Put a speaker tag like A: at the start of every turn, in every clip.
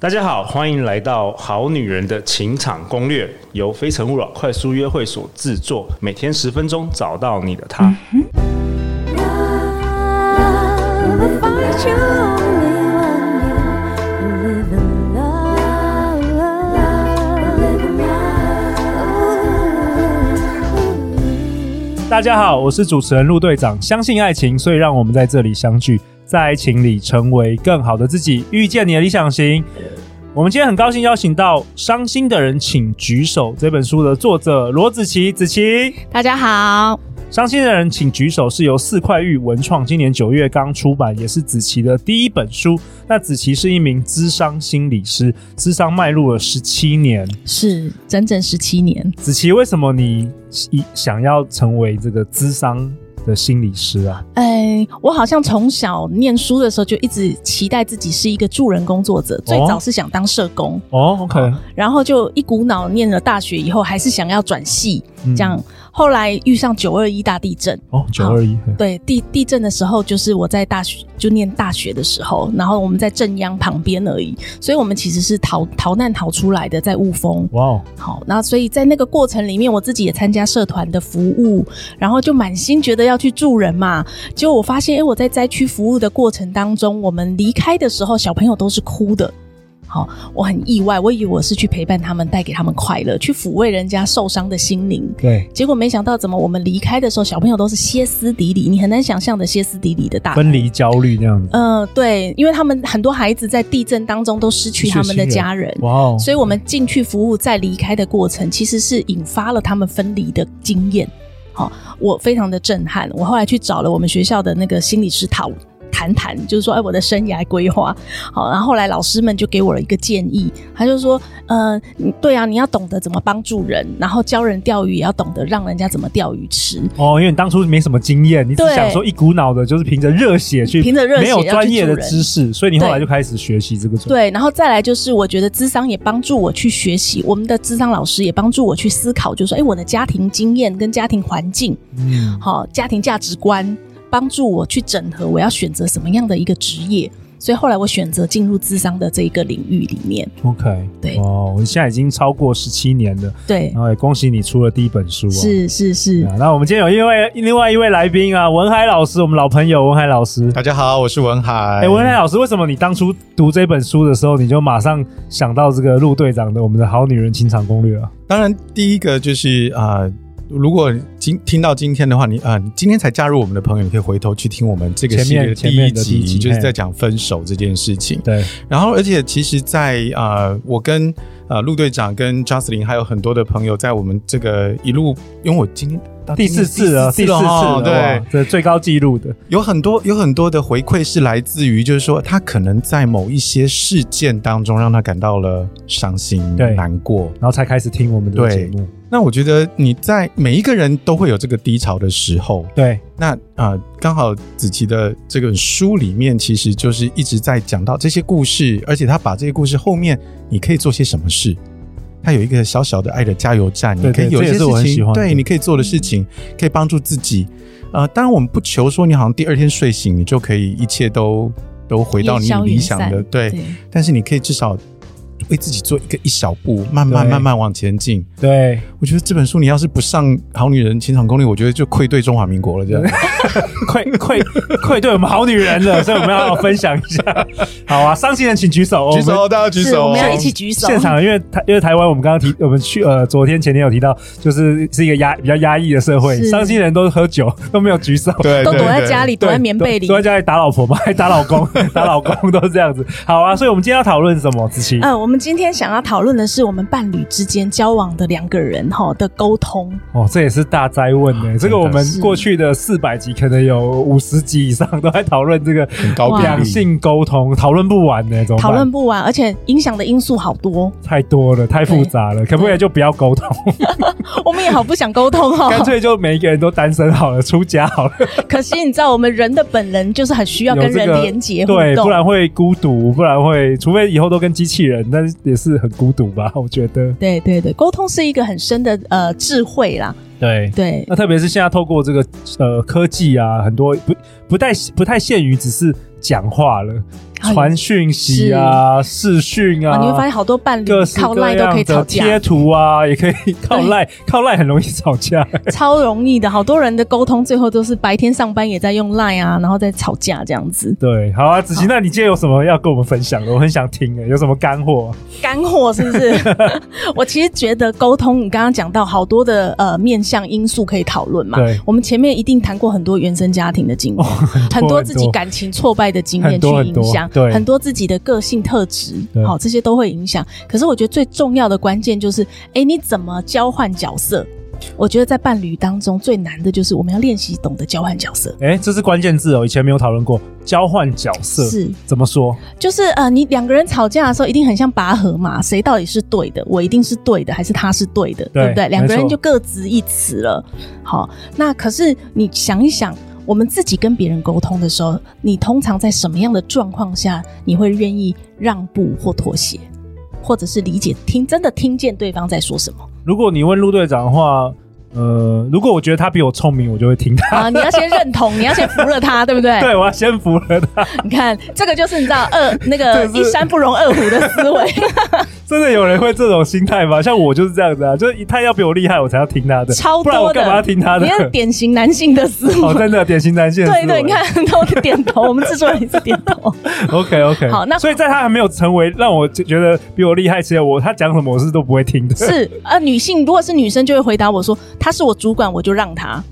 A: 大家好，欢迎来到《好女人的情场攻略》，由非诚勿扰快速约会所制作，每天十分钟，找到你的他。
B: Love, if I you only one you live in love, love, live in love.
C: 大家好，我是主持人陆队长。相信爱情，所以让我们在这里相聚，在爱情里成为更好的自己，遇见你的理想型。我们今天很高兴邀请到《伤心的人请举手》这本书的作者罗子琪。子琪，
D: 大家好，
C: 伤心的人请举手是由四块玉文创今年九月刚出版，也是子琪的第一本书。那子琪是一名资商心理师，资商迈入了十七年。
D: 是整整十七年。
C: 子琪，为什么你一想要成为这个资商的心理师啊？
D: 哎，我好像从小念书的时候就一直期待自己是一个助人工作者，最早是想当社工，
C: 哦，OK、o k
D: 然后就一股脑念了大学以后，还是想要转系，
C: 嗯
D: 这样。后来遇上九二一大地震，
C: 哦，九二一，嘿
D: 对地地震的时候，就是我在大学就念大学的时候，然后我们在正央旁边而已，所以我们其实是逃逃难逃出来的，在雾峰。
C: 哇哦，
D: 好，那所以在那个过程里面，我自己也参加社团的服务，然后就满心觉得要去助人嘛。结果我发现，哎、我在灾区服务的过程当中，我们离开的时候，小朋友都是哭的。好，我很意外，我以为我是去陪伴他们，带给他们快乐，去抚慰人家受伤的心灵。
C: 对，
D: 结果没想到，怎么我们离开的时候，小朋友都是歇斯底里，你很难想象的歇斯底里的大
C: 分离焦虑那样子，
D: 嗯，对，因为他们很多孩子在地震当中都失去他们的
C: 失去亲人
D: 家人，
C: 哇哦，
D: 呃所以我们进去服务在离开的过程，其实是引发了他们分离的经验。好、我非常的震撼。我后来去找了我们学校的那个心理师讨谈谈，就是说，哎，我的生涯规划。好，然后后来老师们就给我了一个建议，他就说，呃，你对啊，你要懂得怎么帮助人，然后教人钓鱼也要懂得让人家怎么钓鱼吃。
C: 哦，因为你当初没什么经验，你只
D: 对
C: 想说一股脑的，就是凭着热血去，
D: 凭着热血
C: 没有
D: 要去
C: 专业
D: 助
C: 的
D: 人
C: 知识，所以你后来
D: 对
C: 就开始学习这个。，
D: 对，然后再来就是，我觉得智商也帮助我去学习，我们的智商老师也帮助我去思考，就是说，哎，我的家庭经验跟家庭环境，
C: 嗯，
D: 好、家庭价值观，帮助我去整合我要选择什么样的一个职业。所以后来我选择进入智商的这一个领域里面。
C: ，OK，
D: 对
C: 哦，我现在已经超过十七年了，
D: 对，
C: 然后也恭喜你出了第一本书、哦，。
D: 是是是，
C: 啊、那我们今天有一位另外一位来宾啊，文海老师，我们老朋友文海老师。
E: 大家好，我是文海。
C: 哎、文海老师，为什么你当初读这本书的时候，你就马上想到这个陆队长的《我们的好女人情场攻略》啊？
E: 当然，第一个就是啊、呃如果今听到今天的话，你啊、呃你今天才加入我们的朋友，你可以回头去听我们这个
C: 前
E: 系列
C: 面
E: 的
C: 前
E: 第
C: 面
E: 一
C: 的
E: 集，
C: 第一集
E: 就是
C: 嘿
E: 在讲分手这件事情。
C: 对，
E: 然后，而且其实在，呃，我跟呃陆队长、跟 Justin 还有很多的朋友，在我们这个一路，因为我今天到
C: 第
E: 今天
C: 四次了，第四次了，
E: 哦对
C: 哇，，这最高纪录的，
E: 有很多有很多的回馈是来自于，就是说他可能在某一些事件当中让他感到了伤心、
C: 对
E: 难过。
C: 然后才开始听我们的节目。
E: 那我觉得你在每一个人都会有这个低潮的时候。
C: 对，
E: 那啊，呃刚好子琪的这本书里面，其实就是一直在讲到这些故事，而且他把这些故事后面你可以做些什么事。他有一个小小的爱的加油站，
C: 对
E: 你可以
C: 对
E: 有
C: 这
E: 一
C: 也
E: 些
C: 是我很
E: 事
C: 喜
E: 情，
C: 欢的
E: 对，你可以做的事情可以帮助自己。呃，当然我们不求说你好像第二天睡醒你就可以一切都都回到你
D: 烟消云
E: 理想的，
D: 散
C: 哎
E: 对。
D: 对
E: 但是你可以至少为自己做一个一小步，慢慢
C: 对
E: 慢慢往前进。
C: 对，
E: 我觉得这本书你要是不上《好女人情场攻略》，我觉得就愧对中华民国了。这样，
C: 愧 愧愧对我们好女人了，所以我们要分享一下。好啊，伤心人请 举手，哦
E: 举手，。大家举
D: 是
E: 手。
D: 我们要一起举手。
C: 现场，因为台因为台湾，我们刚刚提，我们去呃，昨天前天有提到，就是是一个压比较压抑的社会，
D: 是
C: 伤心人都喝酒， 都没有举手，
E: 对，
D: 都躲
E: 对
D: 在
E: 对
D: 家里，
C: 对
D: 躲在棉被里
C: 都。都在家里打老婆嘛， 还打老公，打老公都是这样子。好啊，所以我们今天要讨论什么？子琪，
D: 嗯，我们今天想要讨论的是我们伴侣之间交往的两个人哈的沟通。
C: 哦，这也是大灾问呢、这个我们
D: 啊是
C: 过去的四百集，可能有五十集以上都在讨论这个
E: 很高比例
C: 两性沟通，讨论不完呢、怎么办
D: 讨论不完，而且影响的因素好多，
C: 太多了，太复杂了，可不可以就不要沟通，
D: 我们也好不想沟通 哦。
C: 干脆就每一个人都单身好了，出家好了，
D: 可惜你知道，我们人的本能就是很需要跟
C: 有这
D: 人
C: 个
D: 连接互
C: 对，
D: 动
C: 不，然会孤独，不然会，除非以后都跟机器人，但是也是很孤独吧， 我觉得。
D: 对对对，沟通是一个很深的呃智慧啦，
C: 对。
D: 对
C: 那特别是现在透过这个呃科技啊，很多不不太不太限于只是讲话了，传讯息啊、视讯啊，
D: 啊，你会发现好多伴侣
C: 各式
D: 靠
C: 各
D: 赖都可以
C: 样
D: 吵
C: 的贴
D: 架，
C: 图啊，也可以靠赖， 靠赖很容易吵架。
D: 超容易的。好多人的沟通最后都是白天上班也在用赖啊，然后再吵架这样子。
C: 对，好啊，子琪，那你今天有什么要跟我们分享的？我很想听欸诶，有什么干货？
D: 干货是不是？ 我其实觉得沟通，你刚刚讲到好多的呃面向因素可以讨论嘛
C: 对。
D: 我们前面一定谈过很多原生家庭的经验，很多自己感情挫败的经
C: 哦
D: 验
C: 很
D: 去
C: 多很
D: 影
C: 多
D: 响，
C: 对
D: 很多自己的个性特质
C: 对，
D: 好、这些都会影响。可是我觉得最重要的关键就是，哎，你怎么交换角色？我觉得在伴侣当中最难的就是我们要练习懂得交换角色。
C: 哎，这是关键字哦，以前没有讨论过交换角色
D: 是
C: 怎么说？
D: 就是呃，你两个人吵架的时候，一定很像拔河嘛，谁到底是对的？我一定是对的，还是他是对的？
C: 对
D: 不对？
C: 没
D: 两个人
C: 错
D: 就各执一词了。好，那可是你想一想，我们自己跟别人沟通的时候，你通常在什么样的状况下，你会愿意让步或妥协，或者是理解听真的听见对方在 说什么
C: 如果你问陆队长的话，呃，如果我觉得他比我聪明，我就会听他。
D: 啊？你要先认同，你要先服了他，对不对？
C: 对，我要先服了他。
D: 你看，这个就是你知道二那 个
C: 这是
D: 一山不容二虎的思维。
C: 真的有人会这种心态吗？像我就是这样子啊，就是他要比我厉害，我才要听他的，
D: 超
C: 不
D: 多
C: 然
D: 的，
C: 我干嘛要听他的
D: 你？看典型男性的思
C: 哦，
D: 维。
C: 真的典型男性的思
D: 对
C: 维。
D: 对，你看都点头，我们制作人也是点头。
C: ，OK OK。
D: 好那
C: 所以在他还没有成为让我觉得比我厉害之前，我他讲什么我是都不会听的。
D: 是呃，女性如果是女生就会回答我说：“他是我主管，我就让他，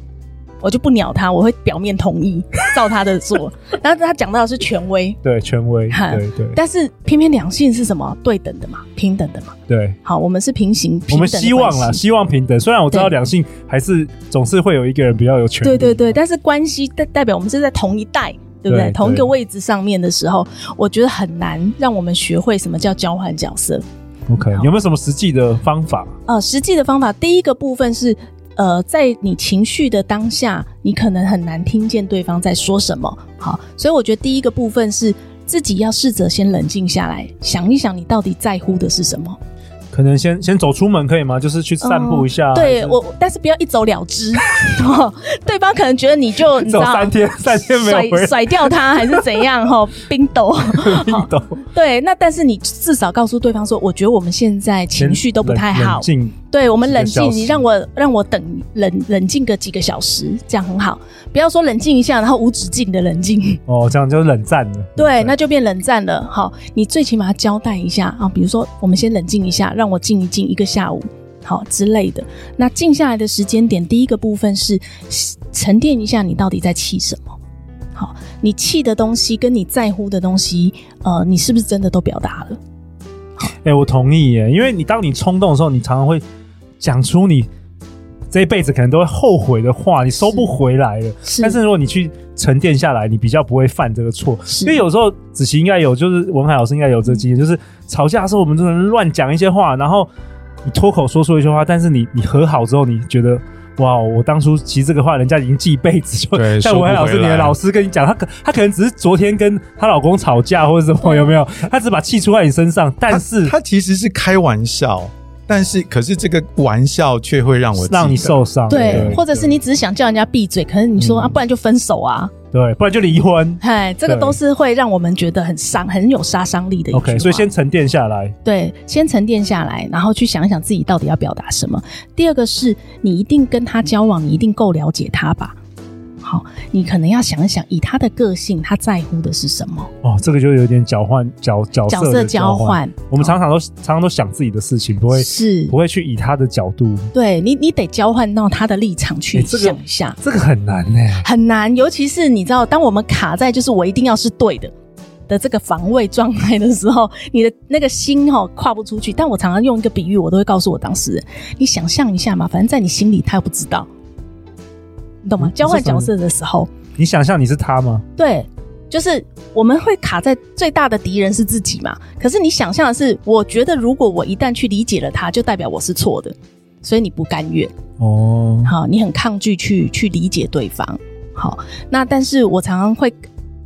D: 我就不鸟他，我会表面同意，照他 的做。”然后他讲到的是权威，
C: 对权威，
D: 哈
C: 对对
D: 但是偏偏两性是什么？对等的嘛，平等的嘛。
C: 对，
D: 好，我们是平行，
C: 我
D: 平
C: 们
D: 等的
C: 希望
D: 关
C: 啦，
D: 系
C: 希望平等。虽然我知道
D: 对
C: 两性还是总是会有一个人比较有权，
D: 对对，对，但是关系代代表我们是在同一代，对不对？
C: 对
D: 同一
C: 对
D: 个位置上面的时候，我觉得很难让我们学会什么叫交换角色。
C: OK，有没有什么实际的方法？
D: 呃，实际的方法，第一个部分是，呃，在你情绪的当下，你可能很难听见对方在说什么。好，所以我觉得第一个部分是自己要试着先冷静下来，想一想你到底在乎的是什么。
C: 可能先先走出门可以吗？就是去散步一下，啊还
D: 嗯对
C: 是
D: 我，但是不要一走了之。 哦，对方可能觉得你就你知
C: 走
D: 道
C: 三 天，三天没有回
D: 甩
C: 来，
D: 甩掉他还是怎样？哈，冰斗。
C: 运动。
D: 对，那但是你至少告诉对方说，我觉得我们现在情绪都不太
C: 冷
D: 好
C: 冷，静
D: 对我们冷
C: 几
D: 静，
C: 个小时
D: 你让我让我等冷冷静个几个小时，这样很好。不要说冷静一下，然后无止境的冷静，
C: 哦，这样就冷战了。
D: 对，那就变冷战了。好，你最起码交代一下啊，比如说我们先冷静一下，让我静一静一个下午，好之类的。那静下来的时间点，第一个部分是沉淀一下，你到底在气什么。好，你气的东西跟你在乎的东西，呃，你是不是真的都表达了？
C: 哎、我同意耶，因为你当你冲动的时候，你常常会讲出你这一辈子可能都会后悔的话，你收不回来了。
D: 是
C: 但是如果你去沉淀下来，你比较不会犯这个错。
D: 是嗯
C: 因为有时候子琪应该有，就是文海老师应该有这经验，就是吵架的时候我们真的乱讲一些话，然后你脱口说出一些话，但是你你和好之后，你觉得。哇！我当初其实这个话，人家已经记一辈子，就
E: 对
C: 像
E: 收
C: 文海
E: 不
C: 老师，
E: 回
C: 你的
E: 来
C: 老师跟你讲，他可他可能只是昨天跟她老公吵架或者什么，有 没有？他只把气出在你身上，但
E: 他
C: 是
E: 他其实是开玩笑，但是可是这个玩笑却会让我
C: 让你
E: 记得
C: 受伤，
D: 对，
E: 对
D: 或者是你只是想叫人家闭嘴，可是你说、啊，不然就分手啊，
C: 对，不然就离婚。
D: 嗨，哎这个
C: 对
D: 都是会让我们觉得很伤、很有杀伤力的一句话。
C: OK，所以先沉淀下来，
D: 对，先沉淀下来，然后去想一想自己到底要表达什么。第二个是你一定跟他交往，你一定够了解他吧？好，你可能要想一想，以他的个性，他在乎的是什么？
C: 哦，这个就有点交换角角
D: 角
C: 色
D: 色
C: 的
D: 交
C: 交换。
D: 换哦
C: 我们常常都常常都想自己的事情，不会
D: 是
C: 不，会去以他的角度，
D: 对你，你得交换到他的立场去
C: 哎这个
D: 想一下。
C: 这个很难呢。
D: 很难，尤其是你知道，当我们卡在就是我一定要是对的的这个防卫状态的时候，你的那个心哦跨不出去。但我常常用一个比喻，我都会告诉我当事人：你想象一下嘛，反正在你心里他又不知道，你懂吗？
C: 嗯
D: 交换
C: 是什
D: 角
C: 么
D: 色的时候，
C: 你想象你是他吗？
D: 对，就是我们会卡在最大的敌人是自己嘛。可是你想象的是，我觉得如果我一旦去理解了他，就代表我是错的，所以你不甘愿。
C: 哦，
D: 好，你很抗拒去去理解对方。好，那但是我常常会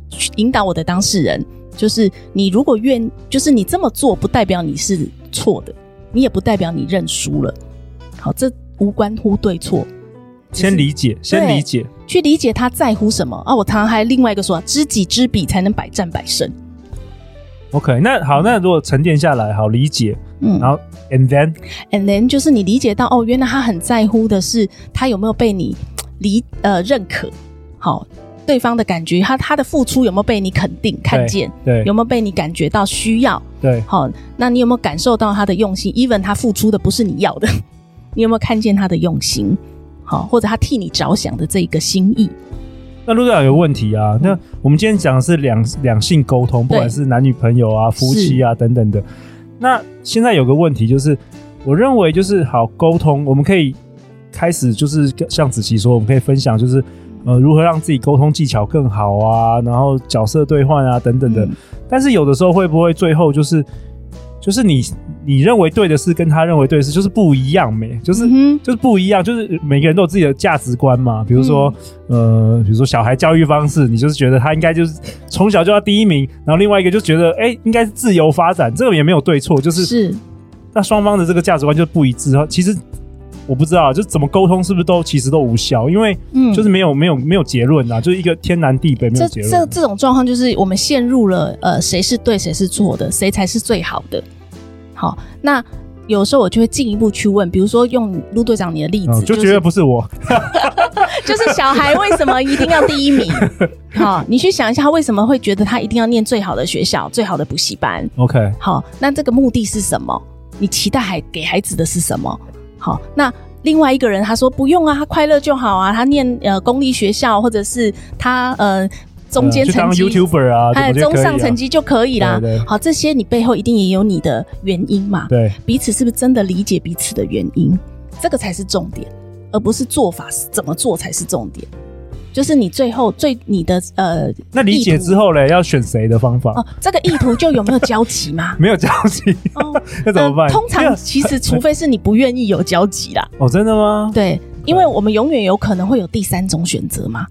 D: 去引导我的当事人，就是你如果愿，就是你这么做，不代表你是错的，你也不代表你认输了。好，这无关乎对错，
C: 先理解，先理解。
D: 哦去理解他在乎什么啊。我常常还另外一个说，知己知彼才能百战百胜。
C: OK，那好，那如果沉淀下来，好理解，
D: 嗯
C: 然后 and then
D: ，and then 就是你理解到哦，原来他很在乎的是他有没有被你理呃认可，好，对方的感觉，他他的付出有没有被你肯定看
C: 对
D: 见，
C: 对
D: 有没有被你感觉到需要，
C: 对
D: 好，那你有没有感受到他的用心？even 他付出的不是你要的， 你有没有看见他的用心？好，或者他替你着想的这一个心意，
C: 那陆队长有问题
D: 嗯
C: 啊？那我们今天讲的是两两性沟通，不管是男女朋友啊、夫妻啊等等的。那现在有个问题就是，我认为就是好沟通，我们可以开始就是像子琪说，我们可以分享就是呃如何让自己沟通技巧更好啊，然后角色兑换啊等等的。
D: 嗯
C: 但是有的时候会不会最后就是就是你你认为对的事跟他认为对的事就是不一样没？就是、
D: 嗯哼
C: 就是不一样，就是每个人都有自己的价值观嘛。比如说，
D: 嗯
C: 呃，比如说小孩教育方式，你就是觉得他应该就是从小就要第一名，然后另外一个就觉得，哎、应该是自由发展，这个也没有对错，就是
D: 是
C: 那双方的这个价值观就不一致。其实我不知道，就是怎么沟通是不是都其实都无效，因为
D: 嗯
C: 就是没有、没有没有结论呐，就是一个天南地北没有
D: 这
C: 结
D: 这
C: 论。
D: 这种状况就是我们陷入了呃谁是对谁是错的，谁才是最好的。好，那有时候我就会进一步去问，比如说用陆队长你的例子，
C: 嗯，就觉得不是我，
D: 就是就是小孩为什么一定要第 一名？好，你去想一下，他为什么会觉得他一定要念最好的学校、最好的补习班？
C: OK，
D: 好，那这个目的是什么？你期待孩给孩子的是什么？好，那另外一个人他说不用啊，他快乐就好啊，他念呃公立学校或者是他呃中间
C: 嗯去
D: 成
C: 当
D: 绩、
C: YouTuber 啊，
D: 哎，
C: 怎么就
D: 中
C: 可以
D: 上
C: 啊
D: 成？绩就可以啦。
C: 对对
D: 好，这些你背后一定也有你的原因嘛？
C: 对，
D: 彼此是不是真的理解彼此的原因？这个才是重点，而不是做法是怎么做才是重点。就是你最后最你的呃，
C: 那理解之
D: 后
C: 后嘞，要选谁的方法？
D: 哦，这个意图就有没有交集嘛
C: ？没有交集，
D: 哦，
C: 那怎么办？
D: 呃通
C: 因
D: 常
C: 为
D: 其实，除非是你不愿意有交 集啦，
C: 哦，真的吗？
D: 对，因为我们永远有可能会有第三种选择嘛。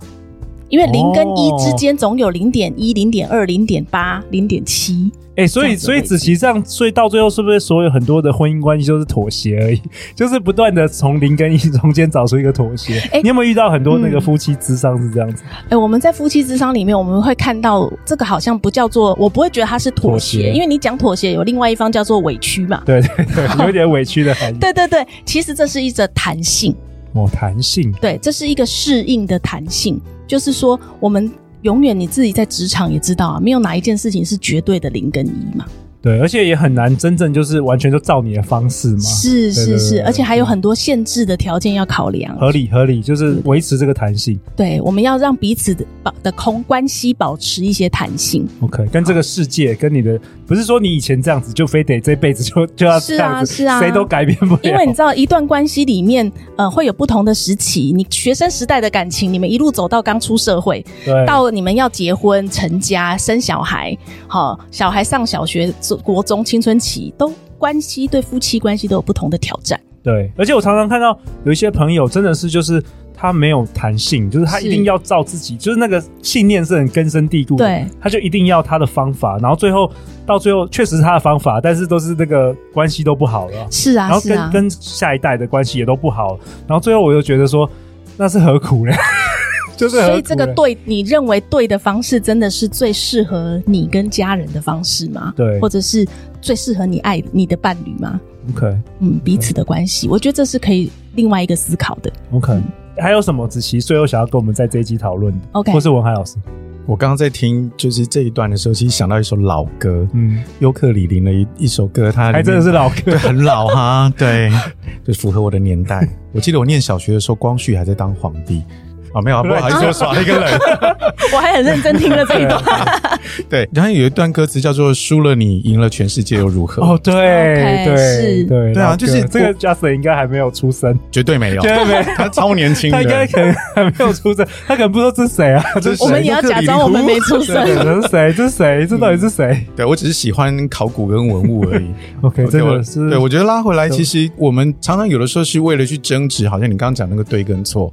D: 因为零跟一
C: 哦
D: 之间总有零点一、零点二、零点八、零点七，
C: 哎、所
D: 这
C: 以
D: 样子
C: 所以
D: 会
C: 子琪这样，所以到最后是不是所有很多的婚姻关系都是妥协而已？ 就是不断的从零跟一中间找出一个妥协。
D: 哎
C: 你有没有遇到很多那个
D: 嗯
C: 夫妻之商是这样子？
D: 哎、我们在夫妻之商里面，我们会看到这个好像不叫做，我不会觉得它是
C: 妥
D: 妥协，
C: 协
D: 因为你讲妥协有另外一方叫做委屈嘛。
C: 对对对，有一点委屈的含义。
D: 对对对，其实这是一则弹性，
C: 哦，弹性。
D: 对，这是一个适应的弹性，就是说我们永远你自己在职场也知道啊，没有哪一件事情是绝对的零跟一嘛。
C: 对，而且也很难真正就是完全就照你的方式嘛，
D: 是
C: 对对
D: 是
C: 对
D: 是，
C: 对
D: 而且还有很多限制的条件要考量。
C: 合理合理，就是维持这个弹性。
D: 对，我们要让彼此的保的空关系保持一些弹性。
C: OK，跟这个世界，跟你的不是说你以前这样子，就非得这辈子就就要
D: 是
C: 这
D: 啊
C: 样子，
D: 是啊
C: 谁都改变不 了。
D: 因为你知道，一段关系里面，呃，会有不同的时期。你学生时代的感情，你们一路走到刚出社会，
C: 对
D: 到你们要结婚、成家、生小孩，好、小孩上小学、国中、青春期，都关系对夫妻关系都有不同的挑战。
C: 对，而且我常常看到有一些朋友真的是就是他没有弹性，就是他
D: 是
C: 一定要照自己，就是那个信念是很根深蒂固的，
D: 对，
C: 他就一定要他的方法，然后最后到最后确实是他的方法，但是都是那个关系都不好了，
D: 是
C: 然后
D: 啊，是
C: 跟、
D: 啊，
C: 跟下一代的关系也都不好，然后最后我又觉得说那是何苦呢？ 就是何苦
D: 所以这个
C: 嘞
D: 对你认为对的方式，真的是最适合你跟家人的方式吗？
C: 对
D: 或者是最适合你爱你的伴侣吗？
C: OK
D: 嗯，彼此的关系，我觉得这是可以另外一个思考的。
C: OK。还有什么子琪最后想要跟我们在这一集讨论的
D: OK
C: 或是文海老师？
E: 我刚刚在听就是这一段的时候，其实想到一首老歌，
C: 嗯，
E: 尤克里里的一一首歌，它里面
C: 还真的是老哥
E: 对，很老 哈，对，就符合我的年代。我记得我念小学的时候，光绪还在当皇帝。啊，没有、啊，不好意思，我耍了一个冷。
D: 我还很认真听了这一段。
E: 对，然后有一段歌词叫做“输了你，赢了全世界又如何”，
C: 哦，对
D: OK，
C: 对
D: 是
C: 对
E: 对
C: 老
E: 啊
C: 哥
E: 就是
C: 这个
E: 我
C: Justin 应该还没有出生，
E: 绝对没有
C: 绝，对 没，
E: 他超年轻
C: 他
E: 的，
C: 应该可能 还没有出生，他可能不知道这是谁啊，这是谁
D: 我们也要假装我们没出
C: 对
D: 生。
C: 这是谁？这是谁？这到底是谁
E: 对我只是喜欢考古跟文物 而已。
C: ？OK，
E: 对
C: 真
E: 我
C: 的是
E: 对我觉得拉回来，
C: 对
E: 其实我们常常有的时候是为了去争执，好像你刚刚讲那个对跟错。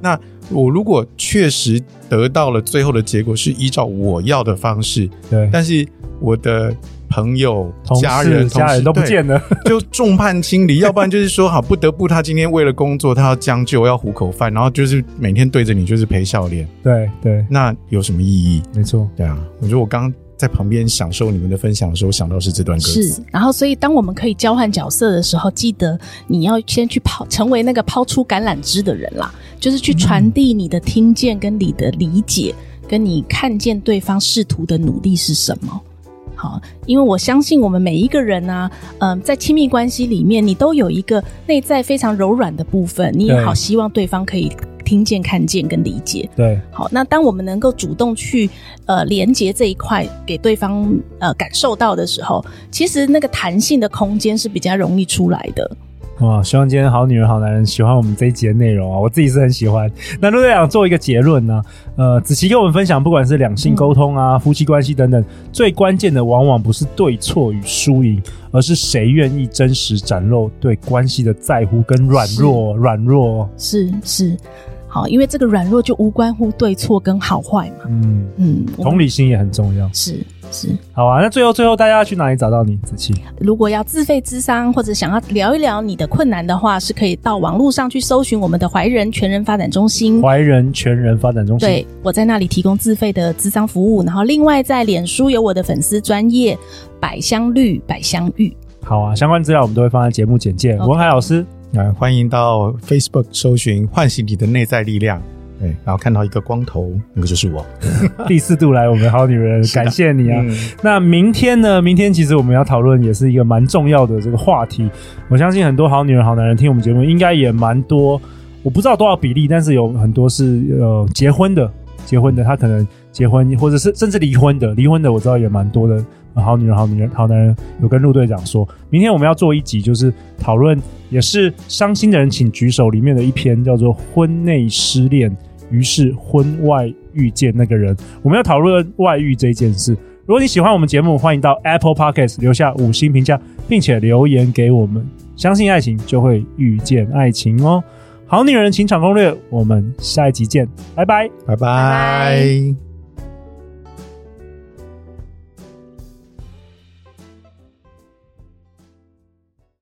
E: 那我如果确实得到了最后的结果是依照我要的方式，
C: 对
E: 但是我的朋友、
C: 同
E: 家
C: 事
E: 人、
C: 家人都不见
E: 了，
C: 了，
E: 就众叛亲离。要不然就是说，好不得不他今天为了工作，他要将就，要糊口饭，然后就是每天对着你就是陪笑脸，
C: 对对，
E: 那有什么意义？
C: 没错，
E: 对啊，我觉得我刚刚在旁边享受你们的分享的时候，想到是这段歌词
D: 是，，然后所以当我们可以交换角色的时候，记得你要先去抛，成为那个抛出橄榄枝的人啦，就是去传递你的听见跟你的理解，跟你看见对方试图的努力是什么。好，因为我相信我们每一个人呢、嗯、在亲密关系里面，你都有一个内在非常柔软的部分，你也
C: 对
D: 好希望对方可以听见、看见跟理解。
C: 对，
D: 好，那当我们能够主动去呃连接这一块，给对方呃感受到的时候，其实那个弹性的空间是比较容易出来的。
C: 哇，希望今天好女人好男人喜欢我们这一集的内容啊，我自己是很喜欢。那陆队长做一个结论呢、呃，子琪跟我们分享，不管是两性沟通啊、夫妻关系等等，最关键的往往不是对错与输赢，而是谁愿意真实展露对关系的在乎跟软弱，软弱，
D: 是是，好，因为这个软弱就无关乎对错跟好坏嘛。
C: 嗯，
D: 嗯，我
C: 同理心也很重要。
D: 是是。
C: 好啊，那最后最后大家要去哪里找到你，子琪？
D: 如果要自费咨商或者想要聊一聊你的困难的话，是可以到网络上去搜寻我们的怀仁全人发展中心。
C: 怀仁全人发展中心。
D: 嗯对，我在那里提供自费的咨商服务，然后另外在脸书有我的粉丝专业百香绿百香玉。
C: 好啊，相关资料我们都会放在节目简介。
D: OK
C: 文海老师，
E: 那、欢迎到 Facebook 搜寻“唤醒你的内在力量”，对，然后看到一个光头，那个就是我。
C: 第四度来我们好女人，
E: 是的
C: 感谢你啊。
E: 嗯
C: 那明天呢？明天其实我们要讨论也是一个蛮重要的这个话题。我相信很多好女人、好男人听我们节目，应该也蛮多，我不知道多少比例，但是有很多是呃结婚的，结婚的他可能结婚，或者是甚至离婚的，离婚的我知道也蛮多的。呃好女人、好女人、好男人有跟陆队长说，明天我们要做一集，就是讨论也是伤心的人请举手里面的一篇叫做《婚内失恋，于是婚外遇见那个人》，我们要讨论外遇这件事。如果你喜欢我们节目，欢迎到 Apple Podcast 留下五星评价，并且留言给我们。相信爱情，就会遇见爱情哦。好女人情场攻略，我们下一集见，拜拜。
E: 拜拜